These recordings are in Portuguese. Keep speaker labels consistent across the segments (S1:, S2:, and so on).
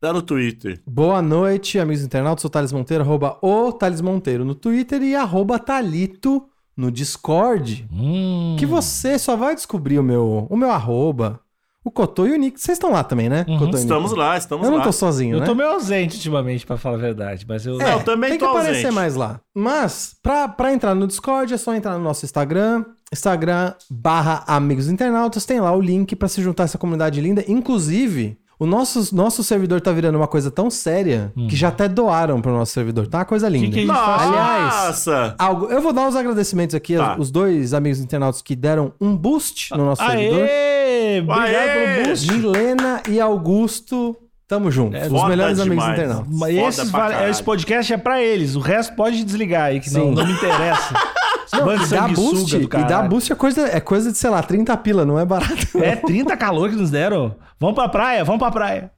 S1: lá no Twitter.
S2: Boa noite, amigos internautas. Sou Thales Monteiro, arroba o Thales Monteiro no Twitter e arroba Thalito no Discord.
S3: Hum.
S2: Que você só vai descobrir o meu, o meu arroba, o Cotô e o Nick. Vocês estão lá também, né?
S3: Uhum.
S2: Cotô e Nick?
S1: Estamos lá, estamos
S2: Eu
S1: lá.
S2: não tô sozinho,
S3: Eu
S2: né?
S3: tô meio ausente ultimamente, pra falar a verdade, mas eu...
S1: É, eu também
S2: Tem que
S1: tô
S2: aparecer
S1: ausente.
S2: mais lá. Mas, pra, pra entrar no Discord, é só entrar no nosso Instagram, Instagram barra Amigos Internautas, tem lá o link pra se juntar a essa comunidade linda. Inclusive, o nosso, nosso servidor tá virando uma coisa tão séria que já até doaram pro nosso servidor. Tá uma coisa linda.
S3: Hum. que é a gente faz?
S2: Aliás,
S1: Nossa!
S2: algo, eu vou dar os agradecimentos aqui,
S1: Tá.
S2: aos- os dois amigos internautas que deram um boost no nosso servidor.
S3: Aê! Obrigado
S1: Aê!
S3: pelo boost!
S2: Milena e Augusto, tamo junto.
S3: É,
S2: os
S1: foda
S2: melhores amigos
S1: demais.
S2: internautas.
S3: Mas
S1: Foda
S3: esses
S1: pra
S3: vale-
S1: caralho.
S3: esse podcast é pra eles. O resto pode desligar aí, que não,
S2: Sim.
S3: não me interessa.
S2: Não,
S3: Bando
S2: e dá
S3: Ah, sanguessuga
S2: boost,
S3: do
S2: e dá
S3: caralho.
S2: boost é coisa, é coisa de, sei lá, 30 pila, não é barato.
S3: É 30 calor que nos deram. Vamos pra praia, vamos pra praia.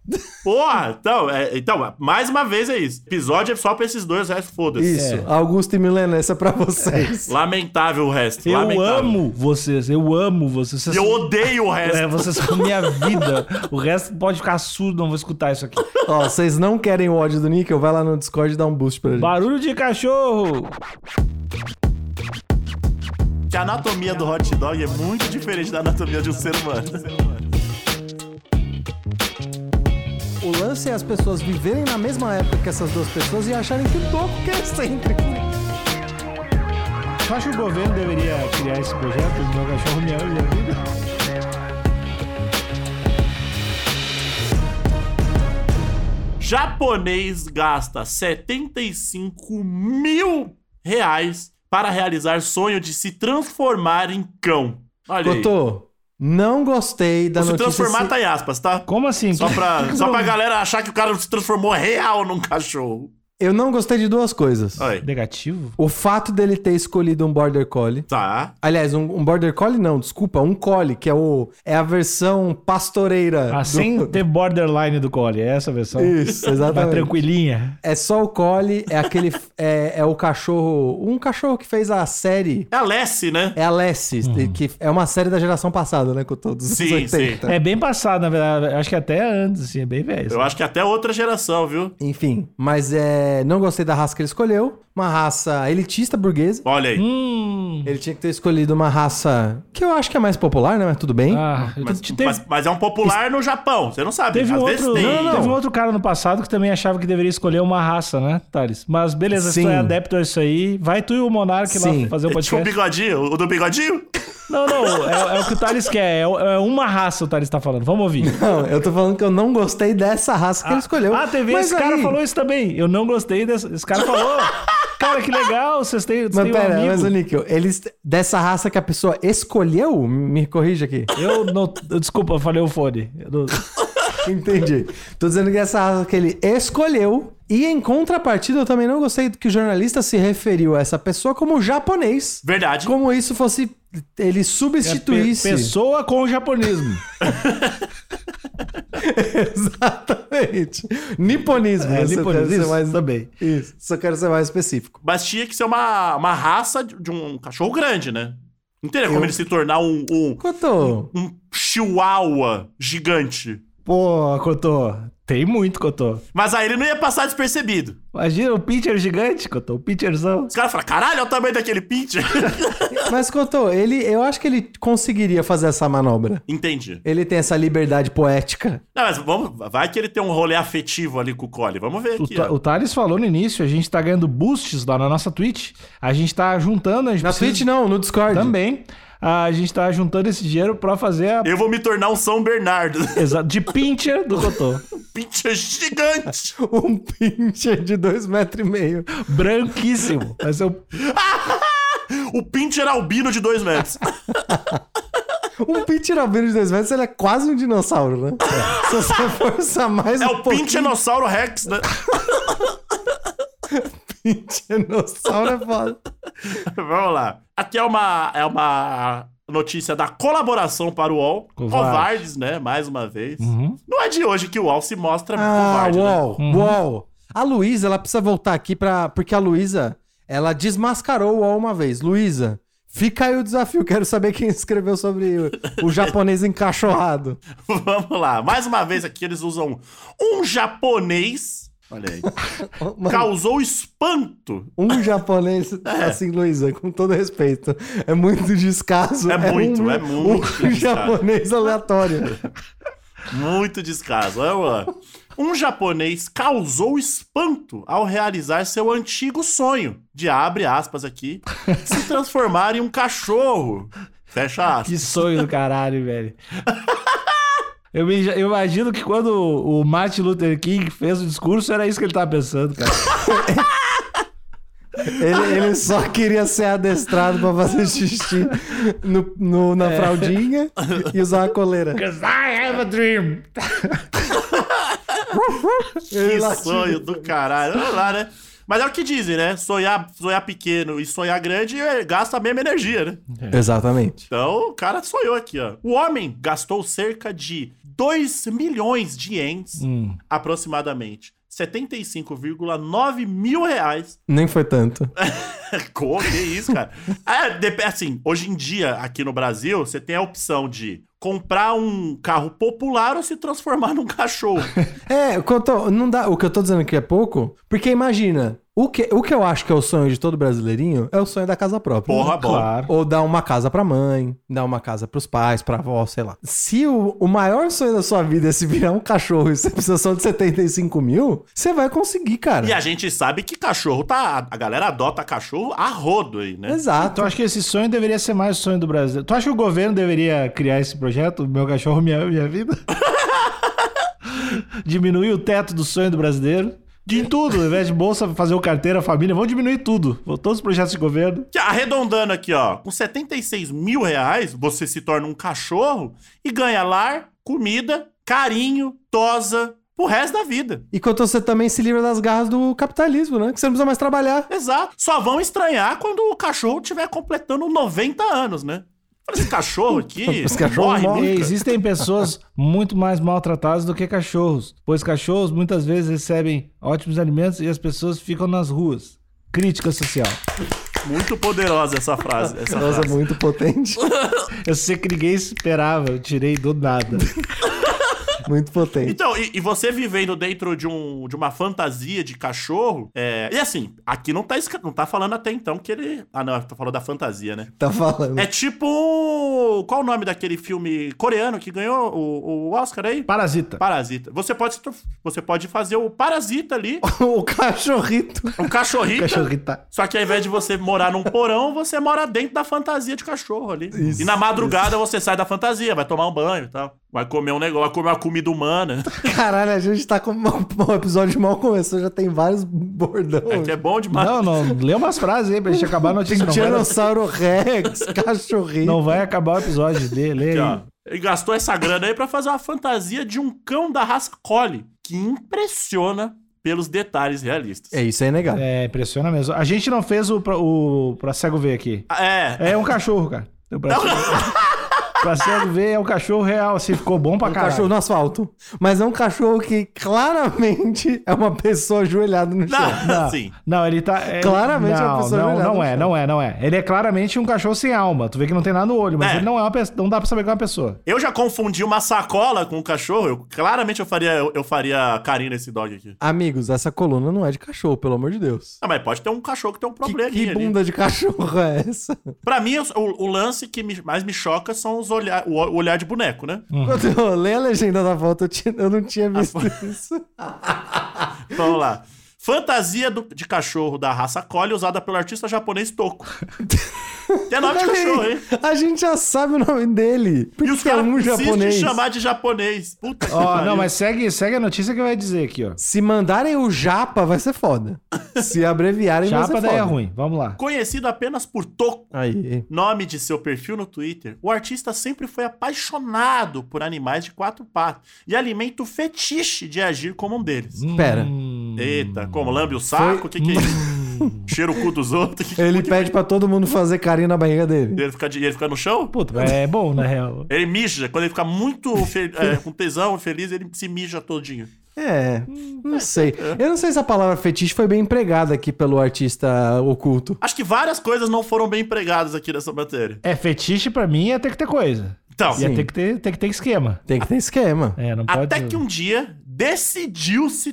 S1: Porra! Então, é- então, mais uma vez é isso. Episódio é só pra esses dois, o resto foda-se.
S3: É.
S2: Isso, Augusto e Milena, essa é pra vocês.
S1: Lamentável o resto.
S3: Eu
S1: lamentável.
S3: amo vocês, eu amo vocês.
S1: E
S3: Vocês,
S1: Eu odeio o resto.
S3: é, vocês são minha vida. O resto pode ficar surdo, não vou escutar isso aqui.
S2: Ó, vocês não querem o ódio do Nickel? Vai lá no Discord e dá um boost pra ele.
S3: Barulho de cachorro.
S1: Que a anatomia do hot dog é muito diferente da anatomia de um ser humano.
S2: O lance é as pessoas viverem na mesma época que essas duas pessoas e acharem que o topo que é excêntrico.
S3: Tu acha que o governo deveria criar esse projeto? O meu cachorro me ama minha vida.
S1: Japonês gasta 75 mil reais para realizar sonho de se transformar em cão. Olha aí.
S2: Cotô, não gostei da
S1: Ou se
S2: notícia.
S1: transformar
S2: se-
S1: tá em aspas, tá?
S3: Como assim?
S1: Só pra, só pra galera achar que o cara se transformou real num cachorro.
S2: Eu não gostei de duas coisas.
S1: Aí.
S3: Negativo?
S2: O fato dele ter escolhido um Border Collie.
S1: Tá.
S2: Aliás, um, um Border Collie não, desculpa, um Collie, que é, o, é a versão pastoreira.
S3: Ah,
S2: do-
S3: sem ter borderline do Cole, é essa a versão?
S2: Isso,
S3: Tá
S2: exatamente.
S3: tranquilinha.
S2: É só o Collie, é aquele. é, é o cachorro. Um cachorro que fez a série.
S1: É a Lessie, né?
S2: É a Lessie,
S3: Uhum.
S2: que é uma série da geração passada, né? Com todos os
S1: Sim,
S2: 80.
S3: É bem passado, na verdade. Acho que até antes, assim, é bem velho.
S1: Eu acho que até outra geração, viu?
S2: Enfim, mas é. Não gostei da raça que ele escolheu. Uma raça elitista burguesa.
S1: Olha aí.
S3: Hum.
S2: Ele tinha que ter escolhido uma raça que eu acho que é mais popular, né? Mas tudo bem.
S3: Ah, eu
S1: mas,
S3: te- teve,
S1: mas- mas é um popular no Japão, você não sabe.
S3: teve um
S1: Às vezes
S3: outro,
S1: tem.
S3: não, não, teve um outro cara no passado que também achava que deveria escolher uma raça, né, Thales? Mas beleza, se tu
S2: Sim.
S3: é adepto a isso aí, vai tu e o Monark lá
S2: Sim.
S3: fazer o
S1: É tipo o
S3: podcast.
S1: bigodinho, o do bigodinho?
S3: Não, não, é, é o que o Thales quer. É, o- é uma raça o Thales tá falando. Vamos ouvir.
S2: Não, eu tô falando que eu não gostei dessa raça que ele escolheu.
S3: Ah, teve
S2: Mas
S3: esse cara
S2: aí-
S3: falou isso também. Eu não gostei dessa. Esse cara falou. cara, que legal, vocês têm, vocês
S2: Mas
S3: têm um
S2: pera, mas o
S3: amigo.
S2: Níquel, eles. Dessa raça que a pessoa escolheu? Me corrija aqui.
S3: Eu não. eu- Desculpa, eu falei o fone. Eu não-
S2: Entendi. Tô dizendo que essa raça que ele escolheu. E em contrapartida, eu também não gostei que o jornalista se referiu a essa pessoa como japonês.
S1: Verdade.
S2: Como isso fosse. Ele
S3: É pe-
S2: substituísse.
S3: pessoa com o japonismo.
S2: Exatamente. Niponismo.
S3: É,
S2: né? Se eu quero
S3: niponismo,
S2: ser mais-
S3: também.
S2: Isso. Só quero ser mais específico.
S1: Mas tinha que ser uma, uma raça de de um cachorro grande, né? Não teria como
S2: Eu-
S1: ele se tornar um, um,
S2: Cotô.
S1: um chihuahua gigante.
S3: Pô, Cotô. Tem muito, Cotô.
S1: Mas aí ele não ia passar despercebido.
S3: Imagina o pitcher gigante, Cotô. O pitcherzão.
S1: Os caras falam, caralho, olha o tamanho daquele pincher.
S2: Mas, Cotô, ele, eu acho que ele conseguiria fazer essa manobra.
S1: Entendi.
S2: Ele tem essa liberdade poética.
S1: Não, mas vamos, vai que ele tem um rolê afetivo ali com o Cole. Vamos ver
S3: O,
S1: aqui.
S3: Ta-
S1: ó.
S3: o Thales falou no início, a gente tá ganhando boosts lá na nossa Twitch. A gente tá juntando... A gente
S2: Na
S3: precisa-
S2: Twitch, não, no Discord.
S3: Também. A gente tá juntando esse dinheiro pra fazer a...
S1: Eu vou me tornar um São Bernardo.
S3: Exa- De pincher do Cotô.
S1: Pincher gigante.
S2: Um pincher de dois metros e meio.
S3: Branquíssimo. Vai ser um, o
S1: O Pincher albino de dois metros.
S2: Um pintirabeiro de 2 metros, ele é quase um dinossauro, né? Se você forçar mais
S1: É
S2: um
S1: o
S2: pouquinho,
S1: Pintinossauro Rex, né?
S2: dinossauro é foda.
S1: Vamos lá. Aqui é uma, é uma notícia da colaboração para o UOL.
S3: Covarde.
S1: Covardes, né? Mais uma vez.
S3: Uhum.
S1: Não é de hoje que o UOL se mostra
S2: Ah,
S1: covarde, né?
S2: uou,
S3: Uhum.
S2: uou. A Luísa, ela precisa voltar aqui pra... Porque a Luísa, ela desmascarou o UOL uma vez. Luísa, fica aí o desafio. Quero saber quem escreveu sobre o, o japonês encachorrado.
S1: Vamos lá. Mais uma vez aqui eles usam um japonês. Olha aí.
S2: Mano,
S1: causou espanto.
S2: Um japonês,
S1: É.
S2: assim, Luísa, com todo respeito, é muito descaso.
S1: É muito,
S2: um-
S1: é muito
S2: Um
S1: descaso.
S2: japonês aleatório.
S1: Muito descaso. Vamos lá. Um japonês causou espanto ao realizar seu antigo sonho de abre aspas aqui, se transformar em um cachorro. Fecha aspas.
S3: Que sonho do caralho, velho. Eu, me- eu imagino que quando o Martin Luther King fez o discurso, era isso que ele tava pensando, cara.
S2: Ele, ele só queria ser adestrado pra fazer xixi no, no-
S1: É.
S2: na fraldinha e usar a coleira.
S3: Because I have a dream.
S2: Ele
S1: Que
S2: latindo.
S1: sonho do caralho. Olha lá, né? Mas é o que dizem, né? Sonhar, sonhar pequeno e sonhar grande é, gasta a mesma energia, né?
S2: Exatamente.
S1: Então, o cara sonhou aqui, ó. O homem gastou cerca de 2 milhões de ienes,
S3: Hum.
S1: aproximadamente. 75,9 mil reais
S2: Nem foi tanto.
S1: Como que isso, cara? É, dep- assim, hoje em dia, aqui no Brasil, você tem a opção de comprar um carro popular ou se transformar num cachorro.
S2: É, o que eu tô- não dá, o que eu tô dizendo que é pouco, porque imagina, o que, o que eu acho que é o sonho de todo brasileirinho é o sonho da casa própria.
S1: Porra, bom.
S3: Claro.
S2: Ou dar uma casa pra mãe, dar uma casa pros pais, pra avó, sei lá. Se o, o maior sonho da sua vida é se virar um cachorro e você precisa só de 75 mil, você vai conseguir, cara.
S1: E a gente sabe que cachorro tá. A galera adota cachorro a rodo aí, né?
S2: Exato.
S3: Tu acha Então, que esse sonho deveria ser mais o sonho do Brasil? Tu acha que o governo deveria criar esse projeto? Meu cachorro, minha, minha vida? diminuir o teto do sonho do brasileiro? De tudo, ao invés de bolsa, fazer o carteira, família, vamos diminuir tudo. Todos os projetos de governo.
S1: Que, arredondando aqui, ó. Com 76 mil reais, você se torna um cachorro e ganha lar, comida, carinho, tosa pro resto da vida.
S2: Enquanto você também se livra das garras do capitalismo, né? Que você não precisa mais trabalhar.
S1: Exato. Só vão estranhar quando o cachorro estiver completando 90 anos, né? Fala, Esse cachorro aqui
S2: Esse cachorro
S1: morre,
S2: morre.
S3: E
S1: nunca.
S3: existem pessoas muito mais maltratadas do que cachorros, pois cachorros muitas vezes recebem ótimos alimentos e as pessoas ficam nas ruas. Crítica social.
S1: Muito poderosa essa frase. Essa
S2: Nossa,
S1: frase.
S2: muito potente.
S3: Eu sei que ninguém esperava, eu tirei do nada.
S2: Muito potente.
S1: Então, e, e você vivendo dentro de, um, de uma fantasia de cachorro. é, E assim, aqui não tá, escri- não tá falando até então que ele. Ah, não, tá falando da fantasia, né?
S2: Tá falando.
S1: É tipo. Qual o nome daquele filme coreano que ganhou o, o Oscar aí?
S3: Parasita.
S1: Parasita. Você pode, se tro- você pode fazer o parasita ali,
S2: É o cachorrito.
S1: um cachorrito.
S3: Cachorrita.
S1: Só que ao invés de você morar num porão, você mora dentro da fantasia de cachorro ali.
S2: Isso,
S1: e na madrugada você sai da fantasia, vai tomar um banho e tal. Vai comer um negócio, vai comer uma comida humana.
S2: Caralho, a gente tá com um episódio mal começou, já tem vários bordões.
S1: É que é bom demais.
S3: Não, não, lê umas frases aí pra gente acabar a notícia. Não vai,
S2: Dinossauro Rex, cachorrinho.
S3: não vai acabar o episódio dele. Lê
S1: Aqui,
S3: aí.
S1: ó. Ele gastou essa grana aí pra fazer uma fantasia de um cão da raça Collie, que impressiona pelos detalhes realistas.
S2: É isso aí, legal.
S3: É, impressiona mesmo. A gente não fez o, pra- o pra cego ver aqui.
S1: É,
S3: É um cachorro, cara. O Pra cego, pra cego ver é um cachorro real, assim, ficou bom pra
S2: Um
S3: caralho.
S2: cachorro no asfalto. Mas é um cachorro que claramente é uma pessoa ajoelhada no chão.
S1: não,
S3: Não,
S1: assim.
S3: não, ele tá. é-
S2: é Claramente é
S3: não,
S2: uma pessoa
S3: não,
S2: olhada
S3: não
S2: no
S3: é,
S2: chão.
S3: não é, não é. Ele é claramente um cachorro sem alma. Tu vê que não tem nada no olho, mas
S1: É.
S3: ele não é uma pessoa. Não dá pra saber que é uma pessoa.
S1: Eu já confundi uma sacola com um cachorro. Eu, claramente eu faria, eu, eu faria carinho nesse dog aqui.
S2: Amigos, essa coluna não é de cachorro, pelo amor de Deus.
S1: Ah, mas pode ter um cachorro que tem um
S2: Que,
S1: problema
S2: que bunda de cachorro é essa?
S1: Pra mim, o, o lance que me- mais me choca são os olhar, o, o olhar de boneco, né?
S2: Quando
S1: Ah,
S2: eu leio a legenda da foto, eu, tinha- eu não tinha visto isso.
S1: Então, Vamos lá. Fantasia do- de cachorro da raça Collie usada pelo artista japonês Toco. Tem nome Tá de cachorro, hein?
S2: A gente já sabe o nome dele.
S1: E os
S2: Porque é
S1: caras
S2: um
S1: insistem em
S2: japonês.
S1: chamar de japonês. Puta que
S3: Ó, não,
S1: pariu.
S3: mas segue, segue a notícia que vai dizer aqui, ó.
S2: Se mandarem o japa, vai ser foda. Se abreviarem, vai
S3: Chapa
S2: ser foda.
S3: daí é ruim. Vamos lá.
S1: Conhecido apenas por Toco,
S2: Aí.
S1: nome de seu perfil no Twitter, o artista sempre foi apaixonado por animais de quatro patas e alimenta o fetiche de agir como um deles.
S2: Pera.
S3: Hum.
S1: Eita, como lambe o saco? O que, que é isso? Cheira o cu dos outros? Que que-
S2: Ele pede pra todo mundo fazer carinho na barriga dele.
S1: Ele, fica, de- ele fica no chão?
S3: Puta, mas é bom, na real.
S1: Ele mija. Quando ele fica muito fe- é, com tesão, feliz, ele se mija todinho.
S2: É,
S1: Hum.
S2: não sei. Eu não sei se a palavra fetiche foi bem empregada aqui pelo artista oculto.
S1: Acho que várias coisas não foram bem empregadas aqui nessa matéria.
S3: É, fetiche pra mim ia ter que ter coisa.
S1: Então,
S3: Ia
S2: Sim.
S3: ter que ter, ter que ter esquema.
S2: Tem que ter esquema.
S3: É, não pode...
S1: até que um dia decidiu se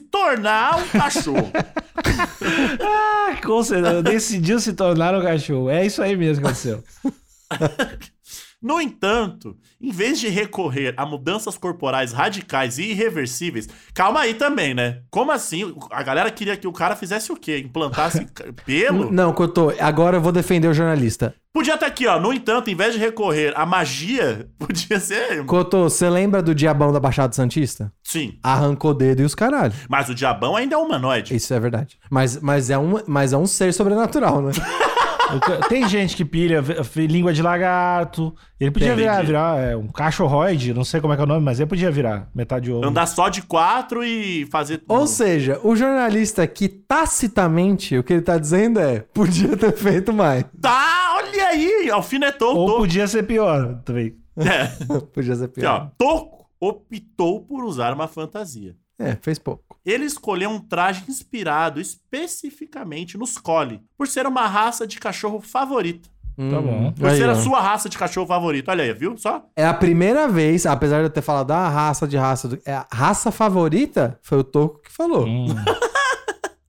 S1: tornar um cachorro.
S3: Ah, com certeza. Decidiu se tornar um cachorro. É isso aí mesmo que aconteceu.
S1: No entanto, em vez de recorrer a mudanças corporais radicais e irreversíveis, calma aí também, né? Como assim? A galera queria que o cara fizesse o quê? Implantasse ca- pelo?
S2: Não, Cotô, agora eu vou defender o jornalista.
S1: Podia estar aqui, ó. No entanto, em vez de recorrer à magia, podia ser.
S2: Cotô, você lembra do diabão da Baixada Santista?
S1: Sim.
S2: Arrancou dedo e os caralho.
S1: Mas o diabão ainda é humanoide.
S2: Isso é verdade. Mas, mas, é, um, mas é um ser sobrenatural, né?
S3: O ca- Tem gente que pilha v- f- língua de lagarto. Ele podia
S1: Entendi.
S3: virar, virar é, um cachorroide, não sei como é que é o nome, mas ele podia virar metade ovo.
S1: Andar só de quatro e fazer.
S2: Ou seja, o jornalista que tacitamente o que ele tá dizendo é podia ter feito mais.
S1: Tá, olha aí! Alfinetou o
S3: Ou
S1: toco.
S3: podia ser pior também.
S1: É.
S2: podia ser
S1: Aqui,
S2: pior.
S1: ó. Toco optou por usar uma fantasia.
S2: É, fez pouco.
S1: Ele escolheu um traje inspirado especificamente nos Collie, por ser uma raça de cachorro favorita.
S2: Hum,
S3: bom.
S1: Por
S2: aí,
S1: ser
S2: ó.
S1: a sua raça de cachorro favorita. Olha aí, viu? Só.
S2: É a primeira vez, apesar de eu ter falado a raça de raça, do- é a raça favorita foi o Toco que
S1: Hum.
S2: falou.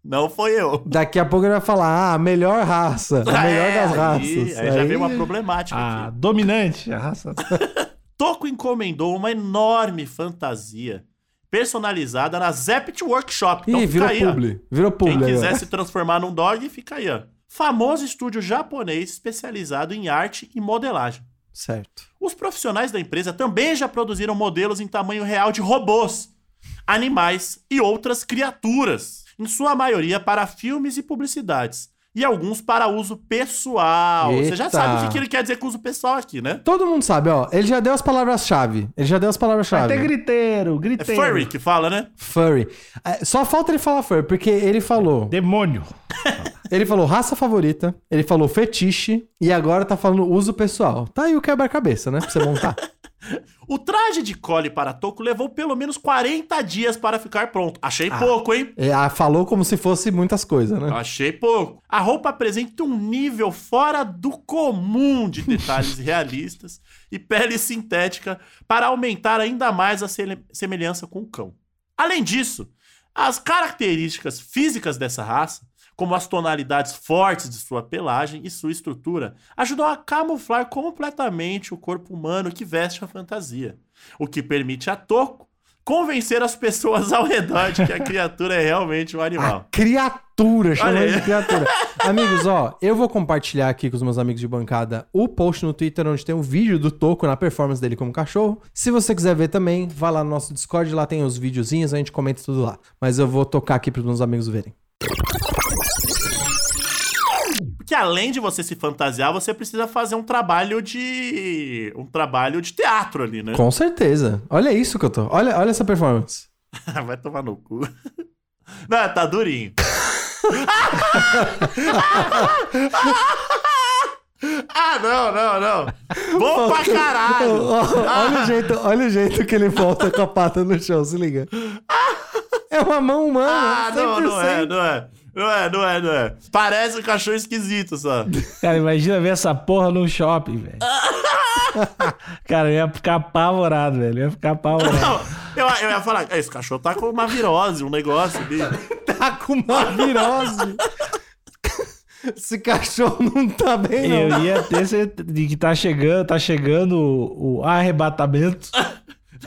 S1: Não foi eu.
S2: Daqui a pouco ele vai falar, ah, a melhor raça, É a melhor das
S1: É, Aí,
S2: raças.
S1: aí já
S2: Aí- Ah.
S1: veio uma problemática
S3: a
S1: aqui.
S3: Ah, dominante, a raça.
S1: Toco encomendou uma enorme fantasia personalizada na Zept Workshop. Então
S2: Ih,
S1: fica
S2: virou
S1: aí, ó.
S2: publi. Virou
S1: Quem
S2: publi. aí, ó.
S1: quiser se transformar num dog, fica aí, ó. Famoso estúdio japonês especializado em arte e modelagem.
S2: Certo.
S1: Os profissionais da empresa também já produziram modelos em tamanho real de robôs, animais e outras criaturas, em sua maioria para filmes e publicidades, e alguns para uso pessoal. Você já
S2: Eita.
S1: sabe o que que ele quer dizer com uso pessoal aqui, né?
S2: Todo mundo sabe, ó. Ele já deu as palavras-chave. Ele já deu as
S3: Até
S2: palavras-chave.
S3: griteiro,
S1: É
S3: griteiro.
S1: furry que fala, né?
S2: Furry. É, Só falta ele falar furry, porque ele falou.
S3: Demônio.
S2: Ele falou raça favorita, ele falou fetiche e agora tá falando uso pessoal. Tá aí o quebra-cabeça, né? Pra você montar.
S1: O traje de cole para Toco levou pelo menos 40 dias para ficar pronto. Achei pouco, hein?
S2: É, ah, falou como se fosse muitas coisas, né?
S1: Achei pouco. A roupa apresenta um nível fora do comum de detalhes realistas e pele sintética para aumentar ainda mais a sele- semelhança com o cão. Além disso, as características físicas dessa raça, como as tonalidades fortes de sua pelagem e sua estrutura, ajudam a camuflar completamente o corpo humano que veste a fantasia, o que permite a Toco convencer as pessoas ao redor de que a criatura é realmente um
S2: A
S1: animal.
S2: criatura, chama
S1: Olha aí.
S2: ele de criatura. amigos, ó, eu vou compartilhar aqui com os meus amigos de bancada o post no Twitter onde tem um vídeo do Toco na performance dele como cachorro. Se você quiser ver também, vai lá no nosso Discord, lá tem os videozinhos, a gente comenta tudo lá. Mas eu vou tocar aqui pros meus amigos verem.
S1: Porque além de você se fantasiar, você precisa fazer um trabalho de. um trabalho de teatro ali, né?
S2: Com certeza. Olha isso que eu tô. Olha, olha essa performance.
S1: Vai tomar no cu. Não, tá durinho. ah, não, não, não. Bom pra caralho.
S2: olha, o jeito, olha o jeito que ele volta com a pata no chão, se liga. É uma mão humana,
S1: Ah,
S2: 100%.
S1: não, não é, não é. Não é, não é, não é. Parece um cachorro esquisito só.
S3: Cara, imagina ver essa porra num shopping, velho. Cara, eu ia ficar apavorado, velho. Eu ia ficar apavorado.
S1: Não, eu, eu ia falar, esse cachorro tá com uma virose, um negócio ali.
S2: Tá com uma virose. Esse cachorro não tá bem,
S3: Eu
S2: não.
S3: ia ter certeza de que tá chegando, tá chegando o, o arrebatamento.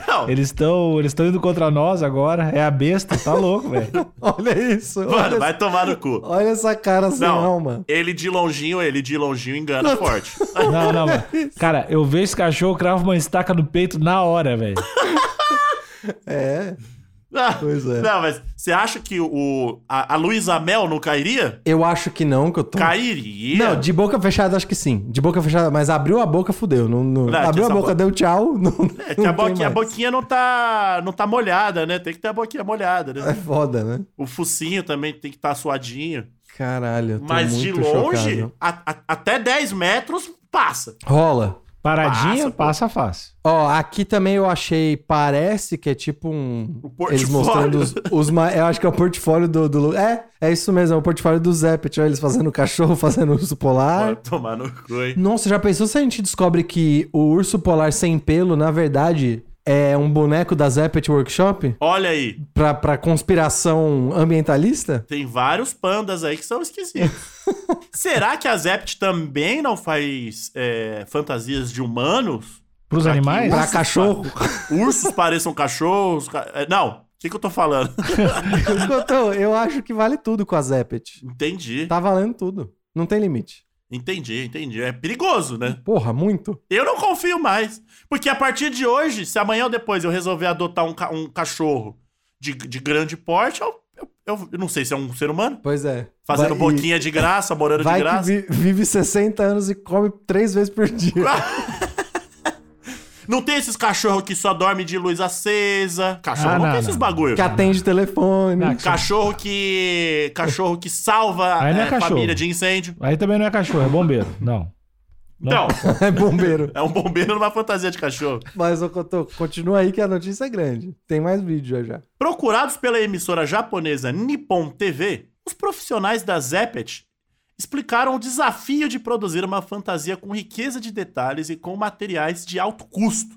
S1: Não,
S3: Eles estão eles tão indo contra nós agora. É a besta, tá louco, velho.
S2: Olha isso.
S1: mano,
S2: olha,
S1: vai tomar no cu.
S2: olha essa cara assim, sem
S1: Não.
S2: alma.
S1: Ele de longinho, ele de longinho engana forte.
S3: Não, não, mano. Cara, eu vejo esse cachorro, cravo uma estaca no peito na hora, velho.
S2: É.
S1: Não,
S2: Pois é.
S1: Não, mas você acha que o, a, a Luísa Mel não cairia?
S2: Eu acho que não, que eu tô.
S1: Cairia.
S2: Não, de boca fechada acho que sim. De boca fechada, mas abriu a boca, fudeu. Não, não-
S1: Não,
S2: abriu a
S1: essa
S2: boca,
S1: bo-
S2: deu tchau. Não,
S1: É, que
S2: não
S1: a,
S2: tem
S1: boquinha, a
S2: mais.
S1: boquinha não tá, não tá molhada, né? Tem que ter a boquinha molhada,
S2: É
S1: né?
S2: foda, né?
S1: O focinho também tem que estar suadinho.
S2: Caralho, eu tô
S1: Mas
S2: muito
S1: de longe,
S2: chocado.
S1: a- a- até 10 metros, passa.
S2: Rola.
S3: Paradinha,
S1: Passa,
S3: passa fácil.
S2: Ó, aqui também eu achei, parece que é tipo um.
S1: O portfólio.
S2: Eles mostrando os, os ma- Eu acho que é o portfólio do, do- É, é isso mesmo, é o portfólio do Zepet. ó, Eles fazendo cachorro, fazendo urso polar.
S1: Bora tomar no cu, hein?
S2: Nossa, já pensou se a gente descobre que o urso polar sem pelo, na verdade, é um boneco da Zepet Workshop?
S1: Olha aí,
S2: Pra, pra conspiração ambientalista?
S1: tem vários pandas aí que são esquisitos. Será que a Zept também não faz é, fantasias de humanos?
S3: Pros
S1: Pra que
S3: animais?
S2: Pra
S1: Ursos
S2: cachorro?
S1: Ursos pareçam cachorros? ca- é, Não, o que, que eu tô falando?
S2: Então, eu acho que vale tudo com a Zepet.
S1: Entendi,
S2: Tá valendo tudo. Não tem limite.
S1: entendi, entendi. É perigoso, né?
S2: Porra, muito.
S1: Eu não confio mais. Porque a partir de hoje, se amanhã ou depois eu resolver adotar um, ca- um cachorro de, de grande porte, eu, eu- eu- eu não sei se é um ser humano.
S2: Pois é.
S1: Fazendo
S2: Vai- e-
S1: boquinha de graça, morando de
S2: Vai que
S1: graça.
S2: vi- vive 60 anos e come três vezes por dia.
S1: Não tem esses cachorros que só dorme de luz acesa. Cachorro
S3: Ah,
S1: não,
S3: não,
S1: tem
S3: não.
S1: esses bagulho.
S2: que atende telefone.
S3: Não,
S1: Cachorro que. Cachorro que salva
S3: Aí não é
S1: eh,
S3: cachorro.
S1: família de incêndio.
S3: Aí também não é cachorro, é bombeiro. Não. Não.
S1: Não.
S2: É bombeiro.
S1: é um bombeiro numa fantasia de cachorro.
S2: Mas, ô Cotô, continua aí que a notícia é grande. Tem mais vídeo já já.
S1: Procurados pela emissora japonesa Nippon TV, os profissionais da Zepet explicaram o desafio de produzir uma fantasia com riqueza de detalhes e com materiais de alto custo,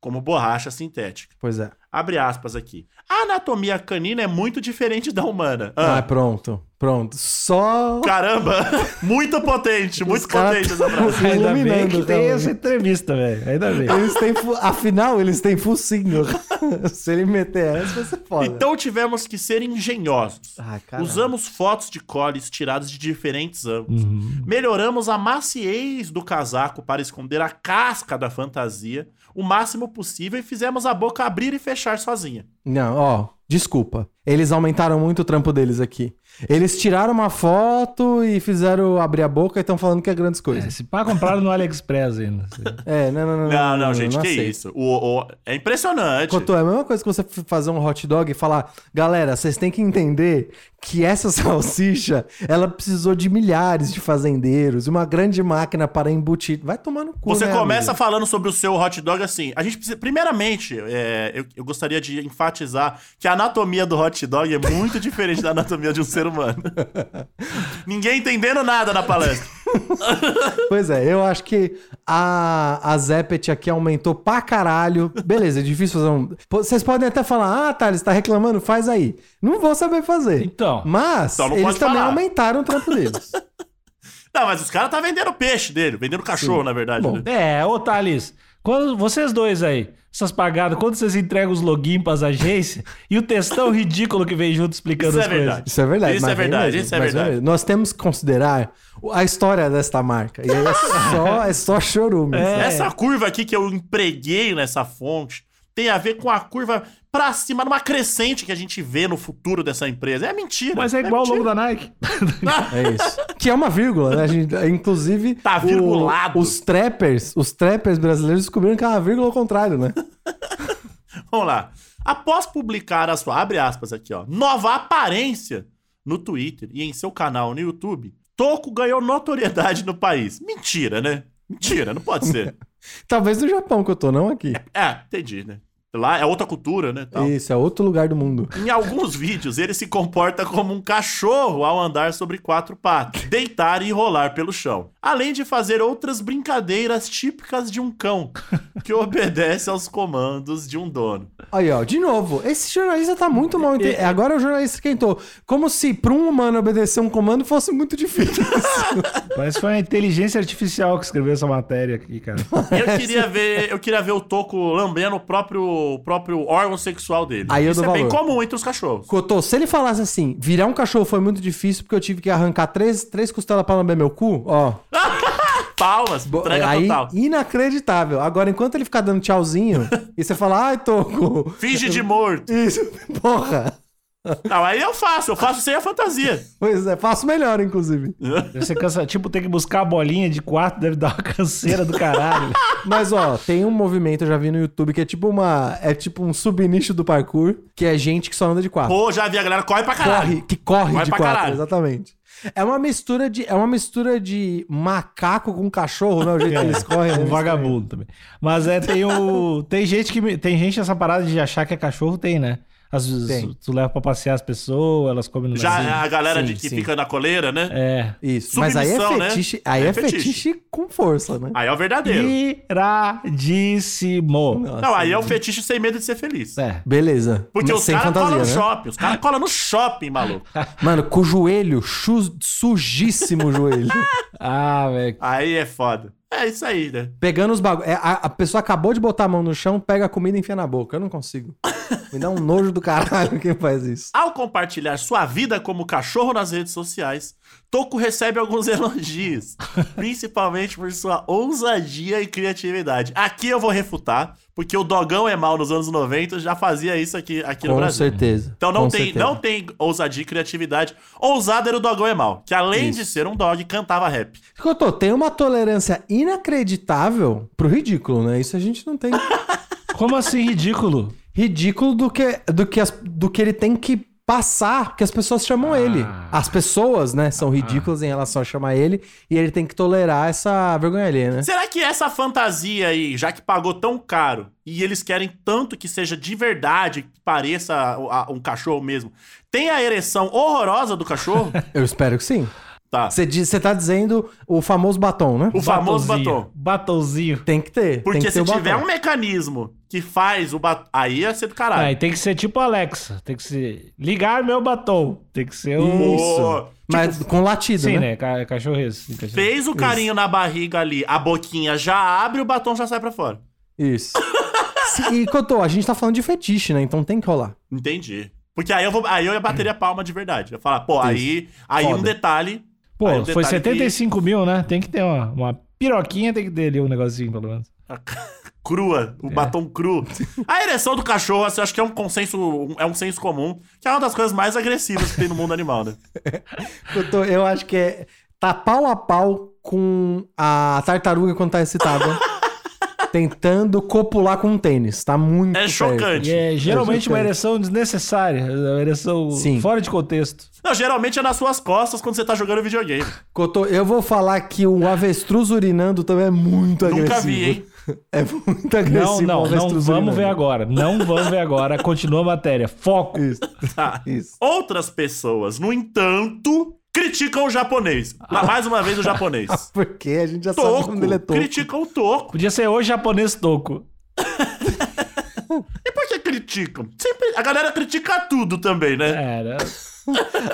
S1: como borracha sintética.
S2: Pois é.
S1: Abre aspas aqui. A anatomia canina é muito diferente da humana.
S2: Ah,
S1: Ah,
S2: pronto. Pronto. Só.
S1: caramba! muito potente, muito
S2: caras
S1: potente essa
S2: tão-
S1: frase.
S3: Ainda bem que
S2: Iluminando,
S3: tem
S2: realmente.
S3: essa entrevista, velho. Ainda bem.
S2: Eles têm fu- Afinal, eles têm focinho. Se ele meter essa, vai ser foda.
S1: Então tivemos que ser engenhosos.
S2: Ah, caralho.
S1: Usamos fotos de coles tirados de diferentes ângulos.
S3: Uhum.
S1: Melhoramos a maciez do casaco para esconder a casca da fantasia o máximo possível e fizemos a boca abrir e fechar sozinha.
S2: Não, ó, desculpa. Eles aumentaram muito o trampo deles aqui. Eles tiraram uma foto e fizeram abrir a boca e estão falando que é grandes
S3: É,
S2: coisas.
S3: se pá, compraram no AliExpress ainda.
S2: É, não, não, não.
S1: Não, não, gente, que
S2: aceito.
S1: isso. O- o- é impressionante.
S2: Cotô, é a mesma coisa que você f- fazer um hot dog e falar, galera, vocês têm que entender que essa salsicha, ela precisou de milhares de fazendeiros, uma grande máquina para embutir. Vai tomar no cu,
S1: Você
S2: né,
S1: começa
S2: amigo?
S1: falando sobre o seu hot dog assim. A gente precisa. Primeiramente, é, eu, eu gostaria de enfatizar que a anatomia do hot dog é muito diferente da anatomia de um ser humano. Ninguém entendendo nada na palestra.
S2: Pois é, eu acho que a, a Zepet aqui aumentou pra caralho. Beleza, é difícil fazer um... Pô, Vocês podem até falar, ah, Thales, tá reclamando, faz aí. Não vou saber fazer.
S3: Então,
S2: Mas
S1: Então não
S2: eles
S1: pode
S2: também
S1: falar.
S2: aumentaram o trampo deles.
S1: Não, mas os caras tá vendendo peixe dele, vendendo cachorro, na verdade.
S2: Bom,
S1: né?
S3: é, ô Thales, quando, vocês dois aí, essas pagadas, quando vocês entregam os login pras agências e o textão ridículo que vem junto explicando
S1: Isso é
S3: as coisas.
S1: verdade.
S2: Isso é verdade.
S1: Isso
S2: mas
S1: é
S2: vem
S1: verdade, isso é
S2: mas vem
S1: verdade.
S2: mesmo. Nós temos que considerar o- a história desta marca. E aí é só, é só chorume.
S3: É.
S1: Essa curva aqui que eu empreguei nessa fonte tem a ver com a curva pra cima, numa crescente que a gente vê no futuro dessa empresa. É mentira.
S3: Mas é igual o logo da Nike.
S2: É isso. Que é uma vírgula, né? A gente, inclusive.
S1: Tá
S2: o-
S1: virgulado.
S2: os trappers, os trappers brasileiros descobriram que é uma vírgula ao contrário, né?
S1: Vamos lá. Após publicar a sua, abre aspas aqui, ó, nova aparência no Twitter e em seu canal no YouTube, Toco ganhou notoriedade no país. Mentira, né? Mentira, não pode ser.
S2: Talvez no Japão que eu tô, não aqui.
S1: É, entendi, né? Lá é outra cultura, né? Tal.
S2: Isso, é outro lugar do mundo.
S1: Em alguns vídeos, ele se comporta como um cachorro ao andar sobre quatro patas, deitar e rolar pelo chão. Além de fazer outras brincadeiras típicas de um cão, que obedece aos comandos de um dono.
S2: Aí, ó, de novo, esse jornalista tá muito mal entendido. Agora o jornalista esquentou. Como se pra um humano obedecer um comando fosse muito difícil.
S3: Parece que foi a inteligência artificial que escreveu essa matéria aqui, cara.
S1: Eu queria ver, eu queria ver o Toco lambendo o próprio o próprio órgão sexual dele.
S2: Aí eu
S1: Isso
S2: dou
S1: é bem
S2: valor.
S1: comum entre os cachorros.
S2: Cotô, se ele falasse assim, virar um cachorro foi muito difícil porque eu tive que arrancar três, três costelas pra lamber meu cu, ó.
S1: Palmas,
S2: Bo-
S1: entrega
S2: aí,
S1: total.
S2: inacreditável. Agora, enquanto ele ficar dando tchauzinho, e você fala, ai, Toco.
S1: Finge de morto.
S2: Isso, porra.
S1: Não, aí eu faço, eu faço sem a fantasia.
S2: Pois é, faço melhor, inclusive.
S3: Deve ser cansa... Tipo, ter que buscar a bolinha de quarto deve dar uma canseira do caralho.
S2: Mas ó, tem um movimento, eu já vi no YouTube, que é tipo uma. É tipo um subnicho do parkour, que é gente que só anda de quatro.
S1: Pô, já vi a galera corre pra caralho.
S2: corre, que corre
S1: Vai
S2: de
S1: pra
S2: quatro,
S1: caralho.
S2: exatamente. É uma mistura de. É uma mistura de macaco com cachorro, né? O jeito que eles correm.
S3: É
S2: né?
S3: um vagabundo também. Mas é, tem o. Tem gente que. me- Tem gente essa parada de achar que é cachorro, tem, né? Às vezes
S2: Tem.
S3: tu leva pra passear as pessoas, elas comem no
S1: Já é
S3: nariz.
S1: a galera
S2: sim,
S1: de que
S2: sim.
S1: fica na coleira, né?
S3: É.
S2: Isso. Mas aí é
S1: Submissão, né?
S2: fetiche. Aí é,
S1: É
S2: fetiche.
S1: fetiche.
S2: com força, né?
S1: Aí é o verdadeiro.
S3: Iradíssimo.
S2: Nossa,
S1: Não, aí é o fetiche sem medo de ser feliz.
S3: É.
S2: Beleza.
S1: Porque
S2: Mas
S1: os
S2: sem
S1: caras colam
S2: fantasia,
S1: no
S2: né?
S1: shopping. Os caras colam no shopping, maluco.
S2: Mano, com o joelho, chu- sujíssimo o joelho.
S3: Ah, velho.
S1: Aí é foda. É isso aí, né?
S2: Pegando os bagulhos. a, a pessoa acabou de botar a mão no chão, pega a comida e enfia na boca. Eu não consigo. Me dá um nojo do caralho quem faz isso.
S1: Ao compartilhar sua vida como cachorro nas redes sociais, Toco recebe alguns elogios, principalmente por sua ousadia e criatividade. Aqui eu vou refutar, porque o Dogão é mal nos anos 90 já fazia isso aqui, aqui no
S2: Com
S1: Brasil.
S2: certeza.
S1: Então não
S2: com
S1: tem,
S2: certeza.
S1: não tem ousadia e criatividade. Ousado era o Dogão é mal, que além de ser um dog, cantava rap.
S2: Cotô, tem uma tolerância inacreditável pro ridículo, né? Isso a gente não tem.
S3: Como assim ridículo?
S2: ridículo do que, do que, as- do que ele tem que passar, que as pessoas chamam ele. As pessoas, né, são ridículas em relação a chamar ele e ele tem que tolerar essa vergonha ali, né?
S1: Será que essa fantasia aí, já que pagou tão caro e eles querem tanto que seja de verdade, que pareça a- a- um cachorro mesmo, tem a ereção horrorosa do cachorro?
S2: Eu espero que sim.
S1: tá.
S2: Você diz- você tá dizendo o famoso batom, né?
S1: O famoso batom.
S3: Batonzinho.
S2: Tem que ter. tem que
S1: Porque
S2: ter
S1: se
S2: o batom.
S1: tiver um mecanismo que faz o batom. Aí ia ser do
S3: Ah,
S1: caralho.
S3: e tem que ser tipo Alexa. Tem que ser. Ligar meu batom. Tem que ser o.
S2: Isso.
S1: Boa.
S2: Mas
S1: tipo-
S2: com latido,
S3: Sim,
S2: né?
S3: né? Ca- Cachorro esse. Cachorro.
S1: Fez o carinho na barriga ali, a boquinha já abre, o batom já sai pra fora.
S2: Isso. Se- e Cotô, a gente tá falando de fetiche, né? Então tem que rolar.
S1: Entendi. Porque aí eu, vou, aí eu ia bater a palma de verdade. Eu ia falar, pô, aí, aí
S2: Foda.
S1: um detalhe.
S3: Pô,
S1: Aí o
S3: foi
S1: detalhe
S3: 75 mil, né? Tem que ter uma, uma piroquinha, tem que ter ali um negocinho, pelo menos.
S1: Crua,
S2: É.
S1: o batom cru. A ereção do cachorro, assim, eu acho que é um consenso, um- é um senso comum, que é uma das coisas mais agressivas que tem no mundo animal, né?
S2: Cotô, eu acho que é tá pau a pau com a tartaruga quando tá excitada. tentando copular com um tênis. Tá muito
S1: É
S2: perto.
S1: chocante.
S3: E é geralmente uma
S2: chocante.
S3: ereção desnecessária, uma ereção
S2: Sim.
S3: fora de contexto.
S1: Não, geralmente é nas suas costas quando você tá jogando videogame.
S2: Cotô, eu vou falar que o avestruz urinando também é muito agressivo.
S1: Nunca vi, hein?
S2: É muito
S3: Não,
S2: agressivo. o
S3: não, não
S2: avestruz
S3: vamos
S2: urinando.
S3: ver agora. Não vamos ver agora. Continua a matéria. Foco.
S2: Isso,
S1: Tá.
S2: isso.
S1: Outras pessoas, no entanto, criticam o japonês. Lá, mais uma vez o japonês.
S2: Porque a gente já Ah. sabe
S1: Toco.
S2: como ele é toco.
S1: Criticam o toco.
S3: Podia ser hoje japonês toco.
S1: E por que criticam? Sempre, a galera critica tudo também, né?
S3: Era.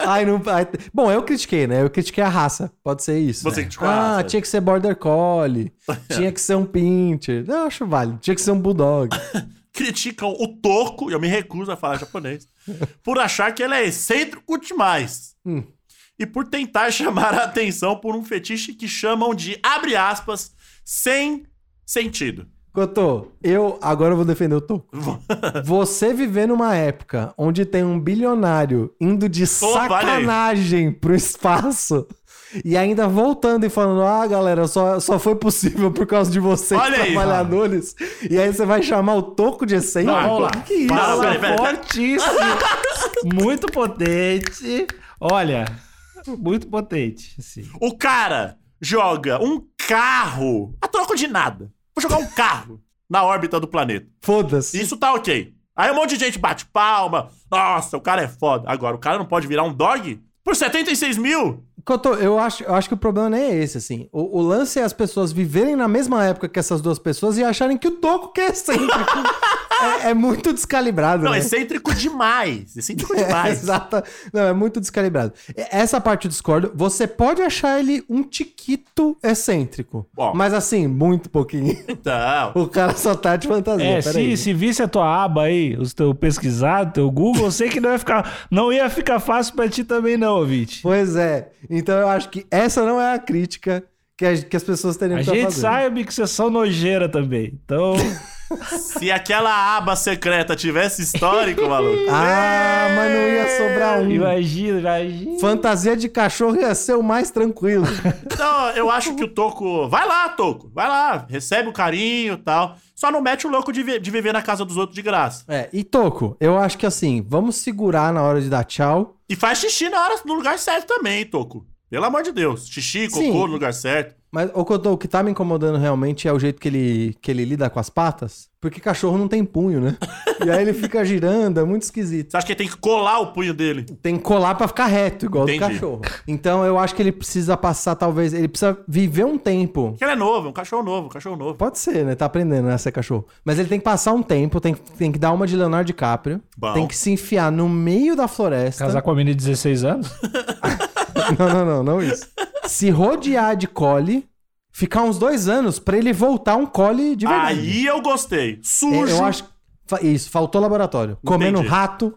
S2: Ai, não, ai, bom, eu critiquei, né? Eu critiquei a raça. Pode ser isso.
S1: Você
S2: né?
S1: criticou a
S2: Ah,
S1: raça.
S2: tinha que ser border collie. tinha que ser um pincher. Eu acho válido. Tinha que ser um bulldog.
S1: criticam o Toco, eu me recuso a falar japonês, por achar que ele é excêntrico demais.
S2: Hum.
S1: E por tentar chamar a atenção por um fetiche que chamam de, abre aspas, sem sentido.
S2: Cotô, eu agora eu vou defender o Toco. Você viver numa época onde tem um bilionário indo de
S1: olha aí.
S2: sacanagem pro espaço e ainda voltando e falando: ah, galera, só, só foi possível por causa de vocês,
S1: Olha aí,
S2: trabalhadores. e aí você vai chamar o Toco de excêntrico?
S1: Não, vamos lá.
S2: O que, que é isso?
S1: Para, peraí, peraí.
S3: Fortíssimo. muito potente. Olha, muito potente. assim.
S1: O cara joga um carro a troco de nada. Vou jogar um carro na órbita do planeta.
S2: Foda-se.
S1: Isso tá ok. Aí um monte de gente bate palma. Nossa, o cara é foda. Agora, o cara não pode virar um dog? Por 76 mil?
S2: Cotô, eu acho, eu acho que o problema nem é esse, assim. O, o lance é as pessoas viverem na mesma época que essas duas pessoas e acharem que o Toco que é excêntrico. é, é muito descalibrado.
S1: Não,
S2: né?
S1: excêntrico demais. Excêntrico
S3: é
S1: demais.
S2: Exata. Não, é muito descalibrado. E- Essa parte eu discordo. Você pode achar ele um tiquito excêntrico.
S1: Bom.
S2: Mas assim, muito pouquinho.
S1: Então,
S2: O cara só tá de fantasia.
S3: É,
S2: peraí.
S3: se, se visse a tua aba aí, o teu pesquisado, teu Google, eu sei que não ia ficar, não ia ficar fácil pra ti também não, ouvinte.
S2: Pois é. Então eu acho que essa não é a crítica que, a- que as pessoas teriam
S3: A
S2: que tá
S3: gente
S2: fazendo.
S3: sabe que vocês são nojeira também, então...
S1: se aquela aba secreta tivesse histórico, maluco.
S2: Ah, mas não ia sobrar um.
S3: Imagina, imagina.
S2: Fantasia de cachorro ia ser o mais tranquilo.
S1: Então, eu acho que o Toco. Vai lá, Toco. Vai lá. Recebe o carinho e tal. Só não mete o louco de, vi- de viver na casa dos outros de graça.
S2: é, e Toco, eu acho que assim, vamos segurar na hora de dar tchau.
S1: E faz xixi na hora, no lugar certo também, hein, Toco. Pelo amor de Deus. Xixi, cocô
S2: Sim.
S1: no lugar certo.
S2: Mas ô, Cotô, o que tá me incomodando realmente é o jeito que ele, que ele lida com as patas. Porque cachorro não tem punho, né? E aí ele fica girando, é muito esquisito.
S1: Você acha que ele tem que colar o punho dele?
S2: Tem que colar pra ficar reto, igual do
S1: Entendi.
S2: cachorro. Então eu acho que ele precisa passar, talvez. Ele precisa viver um tempo.
S1: Porque ele é novo, é um cachorro novo, um cachorro novo.
S2: Pode ser, né? Tá aprendendo né, a ser cachorro. Mas ele tem que passar um tempo, tem, que- tem que dar uma de Leonardo DiCaprio.
S1: Bom.
S2: Tem que se enfiar no meio da floresta.
S3: Casar com a menina de 16 anos?
S2: Não, não, não, não isso. Se rodear de cole, ficar uns dois anos pra ele voltar um cole de verdade.
S1: Aí eu gostei.
S2: É,
S1: Sujo.
S2: eu acho. fa- Isso, faltou laboratório. Comendo um
S1: Entendi.
S2: rato.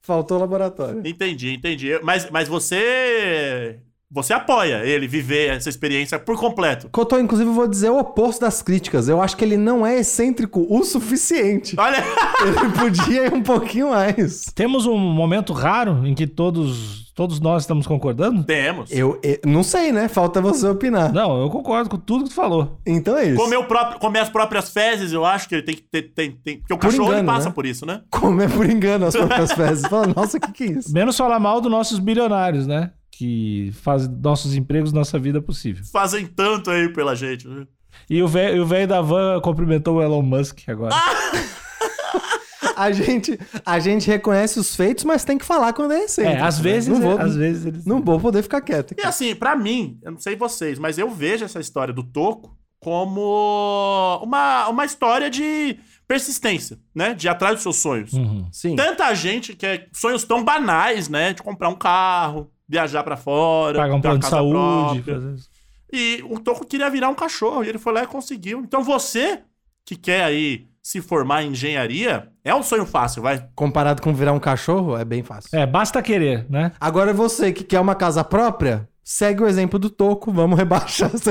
S2: faltou laboratório.
S1: Entendi, entendi. Eu- Mas, mas você. Você apoia ele viver essa experiência por completo.
S2: Cotô, inclusive, eu vou dizer o oposto das críticas. Eu acho que ele não é excêntrico o suficiente.
S1: Olha,
S2: Ele podia ir um pouquinho mais.
S3: Temos um momento raro em que todos, todos nós estamos concordando?
S1: temos.
S2: Eu, eu- não sei, né? Falta você opinar.
S3: Não, eu concordo com tudo que tu falou.
S2: Então é isso.
S1: Comer, o próprio, comer as próprias fezes, eu acho que ele tem que ter. Tem, tem- porque o
S2: Por
S1: cachorro ele
S2: engano,
S1: passa
S2: né?
S1: por isso, né?
S2: Comer por engano as próprias fezes. Fala, nossa, o que, que é isso?
S3: Menos falar mal dos nossos bilionários, né? Que fazem nossos empregos, nossa vida possível.
S1: Fazem tanto aí pela gente. né?
S3: E o velho e o velho da van cumprimentou o Elon Musk agora.
S2: A gente, a gente reconhece os feitos, mas tem que falar quando é
S3: é,
S2: excêntrico.
S3: às
S2: né?
S3: vezes,
S2: Não vou,
S3: às vezes eles...
S2: não vou poder ficar quieto.
S1: E assim, pra mim, eu não sei vocês, mas eu vejo essa história do Toco como uma, uma história de persistência, né? De ir atrás dos seus sonhos.
S3: Uhum.
S2: Sim.
S1: Tanta gente quer sonhos tão banais, né? De comprar um carro, viajar pra fora,
S3: Pagar um
S1: ter
S3: plano
S1: uma
S3: de
S1: casa
S3: saúde.
S1: própria.
S3: fazer isso.
S1: E o Toco queria virar um cachorro e ele foi lá e conseguiu. Então você que quer aí se formar em engenharia, é um sonho fácil, vai.
S2: Comparado com virar um cachorro, é bem fácil.
S3: É, basta querer, né?
S2: Agora você que quer uma casa própria, segue o exemplo do Toco, vamos rebaixar essa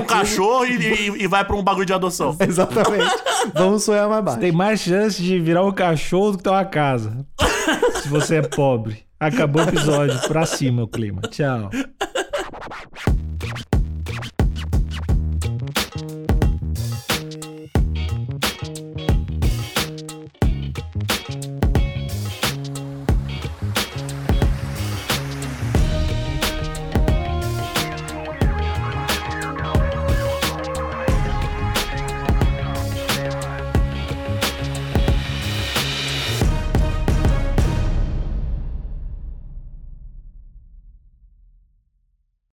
S1: Vira um cachorro e, e- e vai pra um bagulho de adoção.
S2: Exatamente. vamos sonhar mais baixo.
S3: Tem mais chance de virar um cachorro do que ter uma casa. Se você é pobre. Acabou o episódio. Pra cima o clima. Tchau.